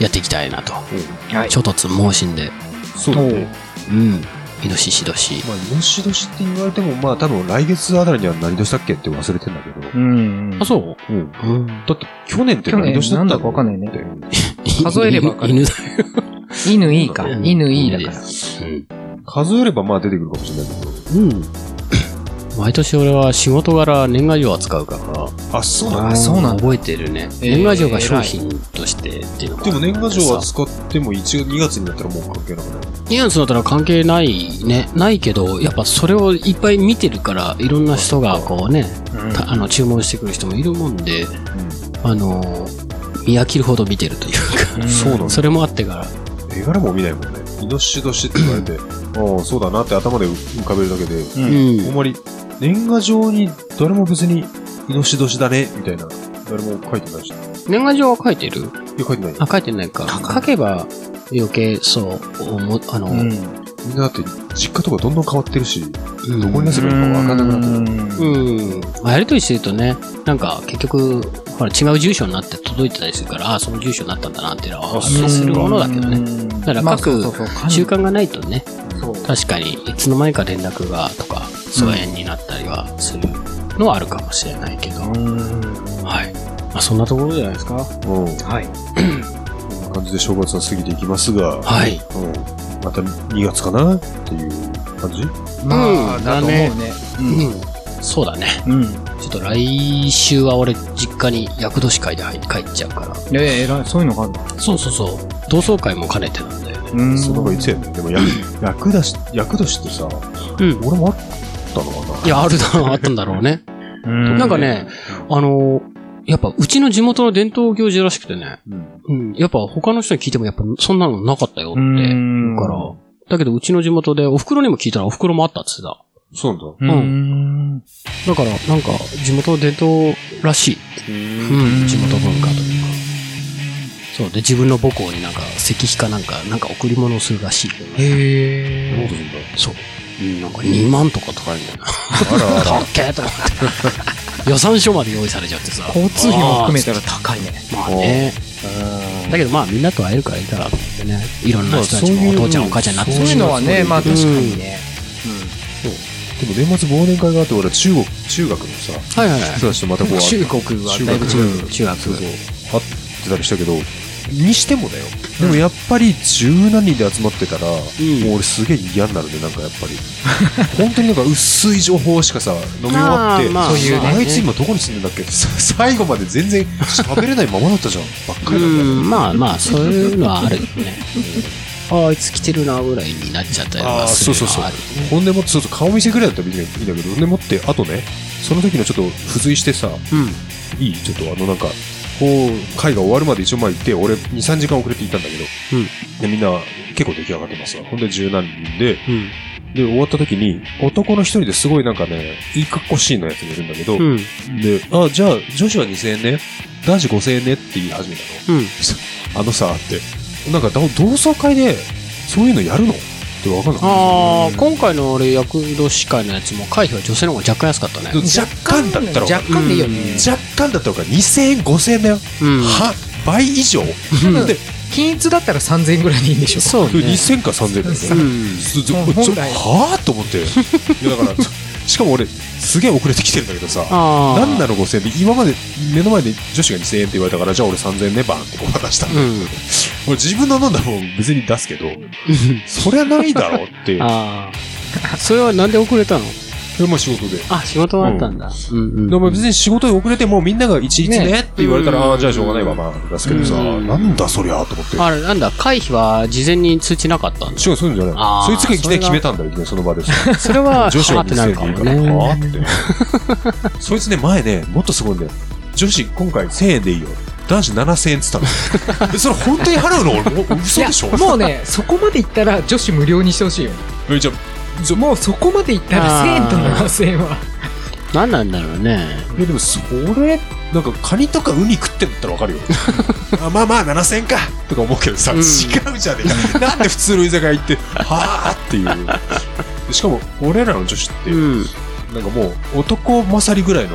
Speaker 1: やっていきたいなと。
Speaker 4: はい。
Speaker 1: ちょっとつ盲信で、
Speaker 2: そうだね。
Speaker 1: うん。イノシシ年。
Speaker 2: まあ、イノシ年って言われても、まあ、多分来月あたりには何年だっけって忘れてんだけど。。
Speaker 4: うん。うん。
Speaker 1: そう
Speaker 2: うん。
Speaker 1: う うん。
Speaker 2: だって、去年って何年だった
Speaker 4: 去年なんだかわかんないね
Speaker 2: って
Speaker 4: 数えればわかる
Speaker 1: 犬だよ。
Speaker 4: 犬いいか。
Speaker 1: うん
Speaker 4: 犬いいだから。
Speaker 2: 数えればまあ出てくるかもしれないけ
Speaker 1: う
Speaker 2: ど。
Speaker 1: ん。うん。毎年俺は仕事柄年賀状扱うから、
Speaker 2: あ、そう
Speaker 4: あそうなんだ
Speaker 1: 覚えてるね。
Speaker 4: えー
Speaker 1: 年賀状が商品としてっていうのもあ
Speaker 2: で
Speaker 1: る
Speaker 2: も
Speaker 1: んだけ
Speaker 2: 年
Speaker 1: ど
Speaker 2: 賀
Speaker 1: さ
Speaker 2: 状は使っても1月、2月になったらもう関係なくない。
Speaker 1: ニュアンスだったら関係ないね、ないけど、やっぱそれをいっぱい見てるから、いろんな人がこうね、たあの注文してくる人もいるもんで、あのー見飽きるほど見てるという
Speaker 4: うん
Speaker 2: そうなの
Speaker 1: か、それもあってから、
Speaker 2: 絵柄も見ないもんね。イノシシ年って言われて、ああ、そうだなって頭で浮かべるだけで、
Speaker 4: う。
Speaker 1: うん
Speaker 2: あん
Speaker 1: ん、
Speaker 2: まり年賀状に誰も別にイノシシ年だね、みたいな。誰も書いてないし。いや、
Speaker 1: 年賀状は書いてる
Speaker 2: 書いてない。
Speaker 1: あ、書いてないか。書けば余計そう思う、あの、
Speaker 4: う
Speaker 2: み
Speaker 4: ん。
Speaker 2: んなだって、実家とかどんどん変わってるし、
Speaker 1: うん
Speaker 2: どこに出せばいいのかわかんなくなってる。
Speaker 1: うん。まあ、やりとりしてるとね、なんか結局、ほら違う住所になって届いてたりするから、ああ、その住所になったんだなっていうのは、
Speaker 2: あ
Speaker 1: 発生するものだけどね。
Speaker 4: ね。だ
Speaker 1: から各習慣がないとね、
Speaker 4: そう。
Speaker 1: 確かにいつの間にか連絡がとか疎遠になったりはするのはあるかもしれないけど、
Speaker 4: うん
Speaker 1: はい、まあ、そんなところじゃないですか
Speaker 2: うん。
Speaker 4: はい。
Speaker 2: こんな感じで正月は過ぎていきますが、
Speaker 1: はい
Speaker 2: うん。また2月かなっていう感じ
Speaker 4: ま
Speaker 1: う
Speaker 4: あ、
Speaker 1: ん
Speaker 4: だと思うね。
Speaker 1: そうだね
Speaker 4: うん。うん。
Speaker 1: ちょっと来週は俺実家に厄年会で入帰っちゃうから
Speaker 4: いやいや、偉いそういうのがあるの
Speaker 1: そうそうそう同窓会も兼ねてなんだよね
Speaker 4: うん
Speaker 2: そうなんかいつやね。でも、や役だし、役年ってさ、
Speaker 1: うん
Speaker 2: 俺もあったのかない
Speaker 1: やあるだろうあったんだろう ね
Speaker 4: うん
Speaker 1: なんかねあのやっぱうちの地元の伝統行事らしくてね、
Speaker 2: うん
Speaker 1: うん、やっぱ他の人に聞いてもやっぱそんなのなかったよって言うから、だけどうちの地元でお袋にも聞いたらお袋もあったって言ってた
Speaker 2: そうなんだ。
Speaker 4: うんうん。
Speaker 1: だから、なんか、地元の伝統らしい。うん、地元文化というか。そう、で、自分の母校になんか、石碑かなんか、なんか贈り物をするらしいけどね。
Speaker 4: へ
Speaker 2: そう
Speaker 4: え。
Speaker 2: な
Speaker 1: そ
Speaker 2: んだ。
Speaker 1: う。うんなんか2万とか取られるんだよな。
Speaker 2: あ らあら
Speaker 1: 高っけーと思って。予算書まで用意されちゃってさ。
Speaker 4: 交通費も含めたら高いね。
Speaker 1: まあね。だけどまあみんなと会えるからいいかなと思ってね。いろんな人たち
Speaker 2: まあそうい
Speaker 1: もお
Speaker 2: う
Speaker 1: 父ちゃんお母ちゃんになって
Speaker 4: そう
Speaker 1: る
Speaker 4: い
Speaker 1: し
Speaker 4: うのはね、まあ
Speaker 1: そう
Speaker 4: 確
Speaker 1: いう
Speaker 4: か
Speaker 1: の
Speaker 4: にね。
Speaker 2: でも年末忘年会があって、俺は中国、中学のさ、
Speaker 1: はいはいはい。
Speaker 2: 人たちとまたこう、
Speaker 1: 中国はだいぶ違う。中学。
Speaker 2: そうそう、会ってたりしたけど、にしてもだよ。でもやっぱり十何人で集まってたら、も
Speaker 1: ん
Speaker 2: う俺すげえ嫌になるね、なんかやっぱり。本当になんか薄い情報しかさ、飲み終わって、
Speaker 1: あーまあ
Speaker 2: そういう、
Speaker 1: まあ
Speaker 2: あいつ今どこに住んでんだっけってさ最後まで全然喋れないままだったじゃん。ばっかりだったよ
Speaker 1: うん、まあまあ、そういうのはあるよね。ああ、いつ来てるな、ぐらいになっちゃったり
Speaker 2: あ
Speaker 1: は
Speaker 2: あ
Speaker 1: す
Speaker 2: そ
Speaker 1: る
Speaker 2: うそう
Speaker 1: の
Speaker 2: そう
Speaker 1: はあるよね。
Speaker 2: ほんでもそうそう顔見せぐらいだったらいいんだけどほんでもってあとねその時のちょっと付随してさいいちょっとあのなんかこう会が終わるまで一応前行って俺23時間遅れていたんだけど、でみんな結構出来上がってますわほんで十何人で
Speaker 1: うん。
Speaker 2: で終わった時に男の一人ですごいなんかねいい格好しいのやつがいるんだけど、
Speaker 1: うん。うん。
Speaker 2: であじゃあ女子は2000円ね男子5000円ねって言い始めたの
Speaker 1: うん。
Speaker 2: あのさってなんか同同窓会でそういうのやるのってわかんなかった
Speaker 1: ああ、今回の俺、役年会のやつも、会費は女性の方が若干安かったね。
Speaker 2: 若干だったら
Speaker 4: 若干でいいよね。
Speaker 2: 若干だったのか2000円5000円だよ、
Speaker 1: うん。
Speaker 2: は倍以上で
Speaker 4: 均一だったら3000円ぐらいでいいんでしょ
Speaker 1: そうね。
Speaker 2: 2000か3000円だよね
Speaker 1: うん。
Speaker 2: ずず
Speaker 4: もう
Speaker 2: ちょ
Speaker 4: 本来
Speaker 2: はあと思っていやだか らしかも俺すげえ遅れてきてるんだけどさ
Speaker 1: ああ。
Speaker 2: なんなの5000円で今まで目の前で女子が2000円って言われたからじゃあ俺3000円ねバーンってこう渡した、
Speaker 1: うん。
Speaker 2: 俺自分の飲んだもん別に出すけどそりゃないだろうって で
Speaker 1: ああ。それはなんで遅れたの
Speaker 2: まあ仕事で
Speaker 1: あ、仕事があったんだ。うんうん。
Speaker 2: でも別に仕事で遅れてもうみんなが一律ね
Speaker 4: ね
Speaker 2: って言われたら、
Speaker 1: うん
Speaker 2: ああじゃあしょうがないわまあ出すけどさ、
Speaker 1: うん
Speaker 2: なんだそりゃと思って
Speaker 1: あれ、なんだ、会費は事前に通知なかったんだ。
Speaker 2: 違う、そういうんじゃない
Speaker 1: あー
Speaker 2: そいつがいきなり
Speaker 1: それ
Speaker 2: 決めたんだよ、いきなりその場でさ。
Speaker 1: それは、
Speaker 2: 女子
Speaker 1: は
Speaker 2: は
Speaker 1: ーってなるか
Speaker 2: 2000円
Speaker 1: も
Speaker 2: でいいから、は
Speaker 1: ね。
Speaker 2: ーって。そいつね、前ね、もっとすごいんだよ。女子、今回1000円でいいよ。男子7000円っつったの えそれ本当に払うの俺もう嘘でしょ
Speaker 4: いやもう ね、そこまでいったら女子無料にしてほしいよ。
Speaker 2: えじゃあ
Speaker 4: もうそこまでいったら
Speaker 1: あ
Speaker 4: 1000
Speaker 1: ー
Speaker 4: 円と7000円は。
Speaker 1: 何なんだろうね。
Speaker 2: いやでもそれなんかカニとかウニ食ってんだったらわかるよあまあまあ7000かとか思うけどさ、
Speaker 1: うん
Speaker 2: 違うじゃねえかなんで普通の居酒屋行ってはあっていうしかも俺らの女子って、
Speaker 1: うん。
Speaker 2: なんかもう男勝りぐらいの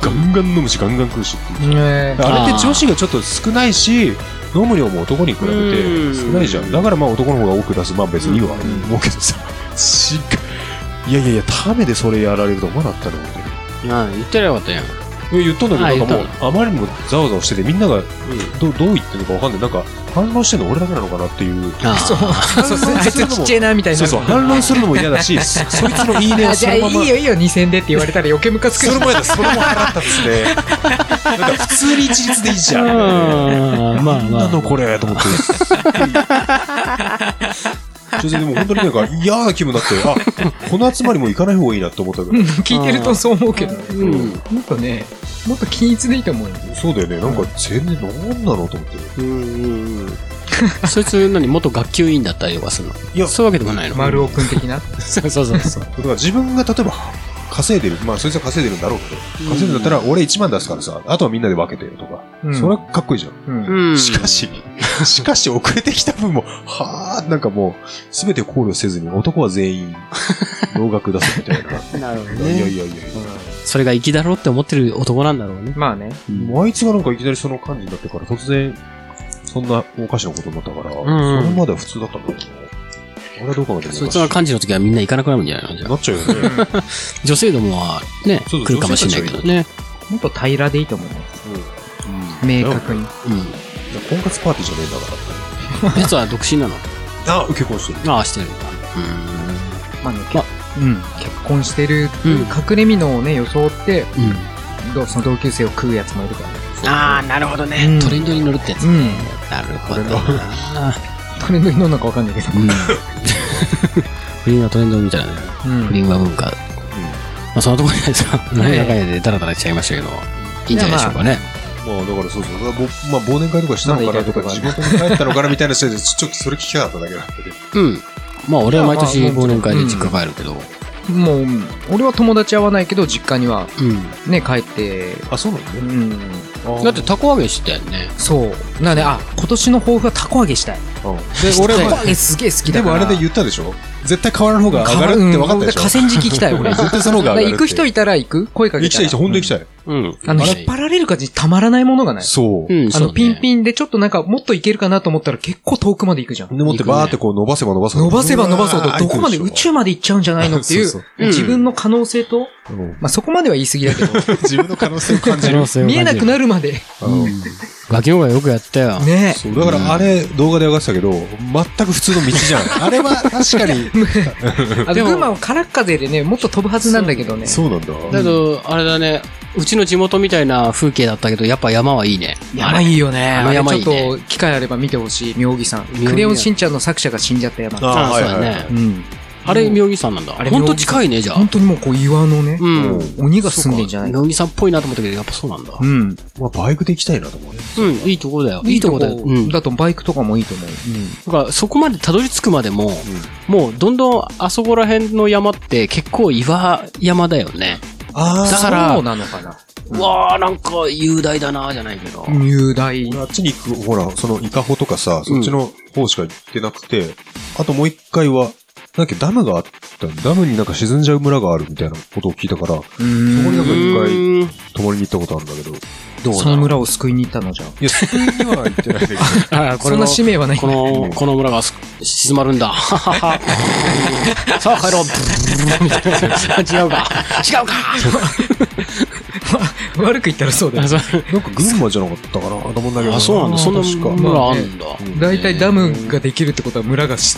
Speaker 2: ガンガン飲むしガンガン食うしっていう
Speaker 4: ね
Speaker 2: あれって女子がちょっと少ないし飲む量も男に比べ
Speaker 1: う
Speaker 2: て
Speaker 1: ん
Speaker 2: 少ないじゃんだからまあ男の方が多く出すまあ別にいいわ
Speaker 4: うん
Speaker 2: 思うけどさ 違ういやいやいやためでそれやられると思わなかったの本当に
Speaker 1: ああ、言ってりゃよかったやん。うん。
Speaker 2: いや言ったんだ
Speaker 1: あ
Speaker 2: け
Speaker 1: 言
Speaker 2: ど、な
Speaker 1: っ
Speaker 2: ん
Speaker 1: た
Speaker 2: か
Speaker 1: の
Speaker 2: もう、あまりにもざわざわしてて、みんながどどう言ってるのかわかんない。なんか、反論してるの俺だけなのかなっていう。
Speaker 1: ああ。
Speaker 4: そうそうそうあいつちっちゃいなみたいに
Speaker 2: そ
Speaker 4: な
Speaker 2: うそう、
Speaker 4: るもんね。
Speaker 2: 反論するのも嫌だ し、そそいつのいいねを
Speaker 4: あ
Speaker 2: そ
Speaker 4: じゃあ
Speaker 2: の
Speaker 4: い
Speaker 2: まま。
Speaker 4: いよいいよ2000でって言われたら余計ムカつ
Speaker 2: そ
Speaker 4: く
Speaker 2: れ
Speaker 4: よ
Speaker 2: も嫌だ、それも腹立つね。なんか普通に一律でいいじゃん。
Speaker 1: うんまあ
Speaker 2: なん
Speaker 1: ま
Speaker 2: な
Speaker 1: あ。
Speaker 2: のこれ と思って。女性でも本当になんか嫌な気分になって、あ、この集まりも行かない方がいいなって思ったけ
Speaker 4: うん
Speaker 2: ど、
Speaker 4: 聞いてるとそう思うけどね
Speaker 1: うん
Speaker 4: もっとねもっと均一でいいと思うよ
Speaker 2: そうだよね、なんか全然なんなのと思って。
Speaker 1: うんうんうん。そいつ何元学級委員だったりとかするの
Speaker 2: いや
Speaker 1: そういうわけでもないの
Speaker 4: 丸尾くん的な
Speaker 1: そうそうそうそう。
Speaker 2: だから自分が例えば稼いでる、まあそいつは稼いでるんだろうけど、稼いでるんだったら俺1万出すからさ、あとはみんなで分けてよとか、
Speaker 4: うん
Speaker 2: それはかっこいいじゃん。
Speaker 4: うん
Speaker 1: うん。
Speaker 2: しかし、しかし遅れてきた分も、はあ、なんかもう、すべてを考慮せずに男は全員、同額出すみたいな。
Speaker 1: なるほど
Speaker 2: いやいや
Speaker 1: ね。
Speaker 2: いやいや。
Speaker 1: それが粋だろうって思ってる男なんだろうね。
Speaker 4: まあね
Speaker 2: もうあいつがなんかいきなりその感じになってから突然、そんなおかしなことになったから、
Speaker 1: んうん
Speaker 2: それまでは普通だったんだけど、あれはどうかなでも
Speaker 1: そいつが
Speaker 2: な
Speaker 1: 幹事の時はみんな行かなくなるんじゃないのじゃあ
Speaker 2: っちゃうよ ね。
Speaker 1: 女性どもはね、
Speaker 2: そうそう
Speaker 1: 来るかもしれないけどね。
Speaker 4: もっと平らでいいと思うね
Speaker 2: うん
Speaker 4: 明確に
Speaker 1: うん。
Speaker 2: 婚活パーティーじゃねえんだから。
Speaker 1: やつは独身なの
Speaker 2: あ、結婚してる。
Speaker 1: ああ、してるんだ。
Speaker 4: まあね
Speaker 1: まあ
Speaker 4: うん結婚してる隠れ身のをね装って
Speaker 1: うーん。うん。
Speaker 4: どうその同級生を食うやつもいるからね
Speaker 1: ああ、なるほどね、
Speaker 4: うん
Speaker 1: トレンドに乗るってやつ。
Speaker 4: うん
Speaker 1: なるほどな。
Speaker 4: トレンドに乗るのかわかんないけど
Speaker 1: うん。不倫はトレンドみたいなね。
Speaker 4: うん
Speaker 1: 不倫は文化。まあ、そんなところじゃないですか。何やかんやでダラダラしちゃいましたけど、いいんじゃないでしょうかね。
Speaker 2: まあだからそうそう、ぼまあ、忘年会とかしたのかなとか、
Speaker 4: まだ
Speaker 2: 地
Speaker 4: い
Speaker 2: 元に帰ったのかなみたいな人で、ちょちょっとそれ聞きたかっただけなんだけど、
Speaker 1: うん。まあ、俺は毎
Speaker 4: い
Speaker 1: 年
Speaker 4: やまあ
Speaker 1: 忘年会で実家帰るけど。
Speaker 4: もううん俺は友達会わないけど実家には
Speaker 1: う
Speaker 4: ね帰って
Speaker 2: あ、そうなの
Speaker 4: う
Speaker 2: ね。
Speaker 4: ん
Speaker 1: ん。だって、たこ揚げしてたよね。
Speaker 4: そうなんであ今年の抱負はたこ揚げしたい
Speaker 2: うんで、俺
Speaker 1: は
Speaker 4: た
Speaker 1: い
Speaker 4: こ
Speaker 2: は、
Speaker 4: 揚げすげえ好
Speaker 2: で
Speaker 4: きだか
Speaker 2: もあ
Speaker 4: ら
Speaker 2: れで言ったでしょ絶対変わらん方が上がるって分かったでしょ
Speaker 4: うん河川敷行きた い俺
Speaker 2: 絶対その方が上がるって。
Speaker 4: 行く人いたら行く声かけ
Speaker 2: 行きたい、行きたい、ほんと行きたい。
Speaker 1: うん。
Speaker 4: あの、引っ張られる感じにたまらないものがない。
Speaker 2: そ
Speaker 1: うん、
Speaker 4: あ
Speaker 1: そう
Speaker 4: の、
Speaker 1: ね
Speaker 4: ピンピンでちょっとなんかもっといけるかなと思ったら結構遠くまで行くじゃ
Speaker 2: う。
Speaker 4: ん。
Speaker 2: でもってバーってこう伸ばせば伸ばすほ
Speaker 4: 伸
Speaker 2: ど
Speaker 4: ばせば伸ばすほど、どこまで
Speaker 2: うわー
Speaker 4: 宇宙まで行っちゃうんじゃないのってい
Speaker 2: そうう、
Speaker 1: そう
Speaker 4: 自分の可能性と、
Speaker 2: うん
Speaker 4: まあ、そこまでは言い過ぎ だけど、
Speaker 2: 自分の可能性を感じ
Speaker 1: 可
Speaker 2: る
Speaker 1: 能。性を感じ
Speaker 4: 見
Speaker 1: る
Speaker 4: えなくなるまで。
Speaker 2: うん
Speaker 1: ガキの方がよくやったよ。
Speaker 4: ね
Speaker 2: そうだからあれ、動画で上がってたけど、全く普通の道じゃ ん。あれは確かに。
Speaker 4: え。あの、
Speaker 1: でも
Speaker 4: 群馬は空っ風でね、もっと飛ぶはずなんだけどね。
Speaker 2: そうなんだ。
Speaker 1: だけど、あれだね、うちの地元みたいな風景だったけど、やっぱ山はいいね。
Speaker 4: 山いいよね。
Speaker 1: あの
Speaker 4: あれ
Speaker 1: 山いい
Speaker 4: ち
Speaker 1: ね
Speaker 4: ょっと、機会あれば見てほしい、妙義山。
Speaker 1: 妙義山
Speaker 4: クレヨンしんちゃんの作者が死んじゃった山。
Speaker 1: あ
Speaker 2: あ
Speaker 1: あ、そうだ
Speaker 2: はいはい
Speaker 1: ね
Speaker 2: は。
Speaker 4: うん。
Speaker 1: あれ、妙義山なんだ。
Speaker 4: あれ
Speaker 1: ほんと近いね、じゃあ
Speaker 4: 本。当にもうこう岩のね、
Speaker 1: うん。
Speaker 4: 鬼が住んでんじゃない
Speaker 1: そうか妙義山っぽいなと思ったけど、やっぱそうなんだ。
Speaker 4: うん。
Speaker 2: まあ、バイクで行きたいなと思うね。
Speaker 1: うん、いいとこだよ。いいとこだよ。うん。だ
Speaker 4: だとバイクとかもいいと思う。
Speaker 1: から、そこまでたどり着くまでも、もう、どんどん、あそこら辺の山って、結構岩山だよね。
Speaker 2: あ
Speaker 1: だから
Speaker 4: そうなのかな。
Speaker 1: うわー、なんか、雄大だなーじゃないけど。
Speaker 4: 雄大。
Speaker 2: 俺あっちに行く、ほら、そのイカホとかさ、そっちの方しか行ってなくて、あともう一回は、なんだっけ、ダムがあったダムになんか沈んじゃう村があるみたいなことを聞いたから、そこになんか
Speaker 1: う
Speaker 2: 一
Speaker 1: ーん
Speaker 2: 回泊まりに行ったことあるんだけど、どうな
Speaker 4: その村を救いに行ったのじゃん。
Speaker 2: いや、そこには行ってないん だけど、
Speaker 1: あーこ
Speaker 4: そ
Speaker 1: れ
Speaker 4: ん
Speaker 1: も
Speaker 4: な使命はない。
Speaker 1: この、この村がす静まる んだ。さあ帰ろう。みたいな違うか。違うか。
Speaker 4: 悪く言ったらそうだよ。
Speaker 2: なんか群馬じゃなかったかなと思うんだけど、
Speaker 1: あ、そうなんだ。そんな
Speaker 2: 確か。
Speaker 1: 村あんだ。
Speaker 2: うん
Speaker 4: 大体ダムができるってことは村がし、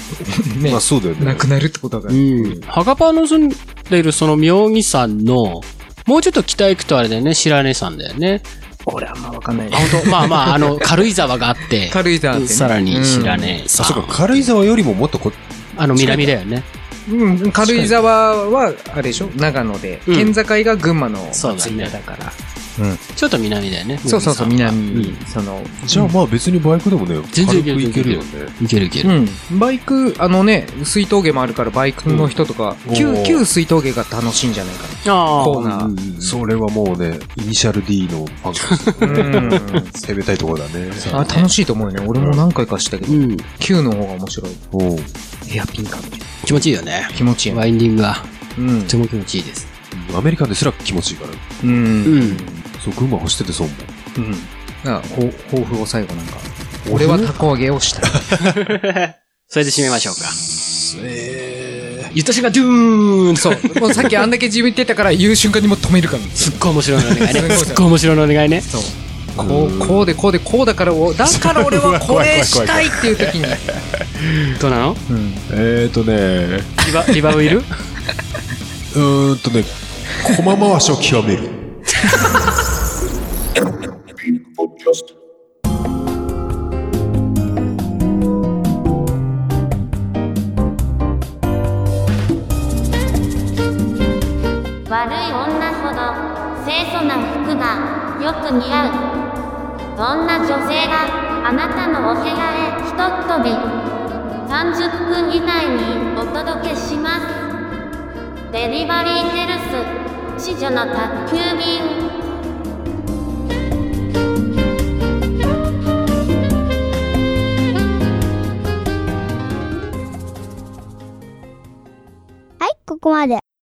Speaker 4: ね
Speaker 2: まあ、そうだよね。
Speaker 4: なくなるってことだか
Speaker 1: う
Speaker 4: ら。
Speaker 1: ん。墓場の住んでいるその妙義山の、もうちょっと北行くとあれだよね、白根山だよね。
Speaker 4: 俺はあんまわかんない
Speaker 1: あ、。本当 まあまあ、あ の、軽井沢があって、
Speaker 4: 軽井沢ってね。
Speaker 1: さらに白
Speaker 4: ね
Speaker 1: 根
Speaker 2: あ、
Speaker 1: 山。
Speaker 2: そうか、軽井沢よりももっとこ、
Speaker 1: あの、南だよね。
Speaker 4: うん、軽井沢は、あれでしょ長野で。
Speaker 1: うん
Speaker 4: 県境が群馬の
Speaker 1: そうだね
Speaker 4: 松井田だから。うん
Speaker 1: ちょっと南だよね。
Speaker 4: そうそうそう、
Speaker 1: もみさん
Speaker 4: 南に、
Speaker 2: う
Speaker 4: その、
Speaker 2: じゃあまあ別にバイクでもね、
Speaker 1: 全然いけ
Speaker 2: 軽く
Speaker 1: る
Speaker 2: 行けるよね。
Speaker 1: いけるいける。
Speaker 4: うん。バイク、あのね、水峠もあるからバイクの人とか、
Speaker 2: うんお
Speaker 4: 旧、
Speaker 2: ー
Speaker 4: 旧水峠が楽しいんじゃないか
Speaker 1: ああ。
Speaker 4: コーナー
Speaker 1: うんうんうん
Speaker 2: それはもうね、イニシャル D のファンからすると
Speaker 4: な。うん。
Speaker 2: 攻めたいところだね。
Speaker 4: あ楽しいと思うよね。俺も何回かしたけど、
Speaker 1: うん。
Speaker 4: 旧の方が面白い。
Speaker 2: おう
Speaker 4: ヘアピンかみたいな。
Speaker 1: 気持ちいいよね。
Speaker 4: 気持ちいいね。
Speaker 1: ワインディングが。
Speaker 4: うん
Speaker 1: とても気持ちいいです。
Speaker 2: アメリカンですら気持ちいいから。
Speaker 4: うん。
Speaker 1: うん
Speaker 2: そう、群馬走ってて損も。
Speaker 4: うん。だから、ほ抱負を最後なんか。俺はタコ揚げを したい。
Speaker 1: それで締めましょうか。
Speaker 2: え
Speaker 1: ゆたしがドゥーンそう。
Speaker 4: もうさっきあんだけ自分言ってたから言う瞬間にもう止めるから。
Speaker 1: すっごい面白いのお 願いね。
Speaker 4: す
Speaker 1: す
Speaker 4: っ
Speaker 1: っ
Speaker 4: ご
Speaker 1: ごい面白いのお願いね。
Speaker 4: そう。こう、こうでこうでこうだからお、だから俺はこれしたいっていう時に。
Speaker 1: どうなの
Speaker 4: うん。
Speaker 2: ー、えーとね、
Speaker 1: リバ、リバウいる
Speaker 2: うーんとね、駒回しを極める。
Speaker 5: 悪い女ほど清楚な服がよく似合うそんな女性があなたのお部屋へひとっ飛び30分以内にお届けしますデリバリーヘルス子女の宅急便
Speaker 6: はい、ここまで。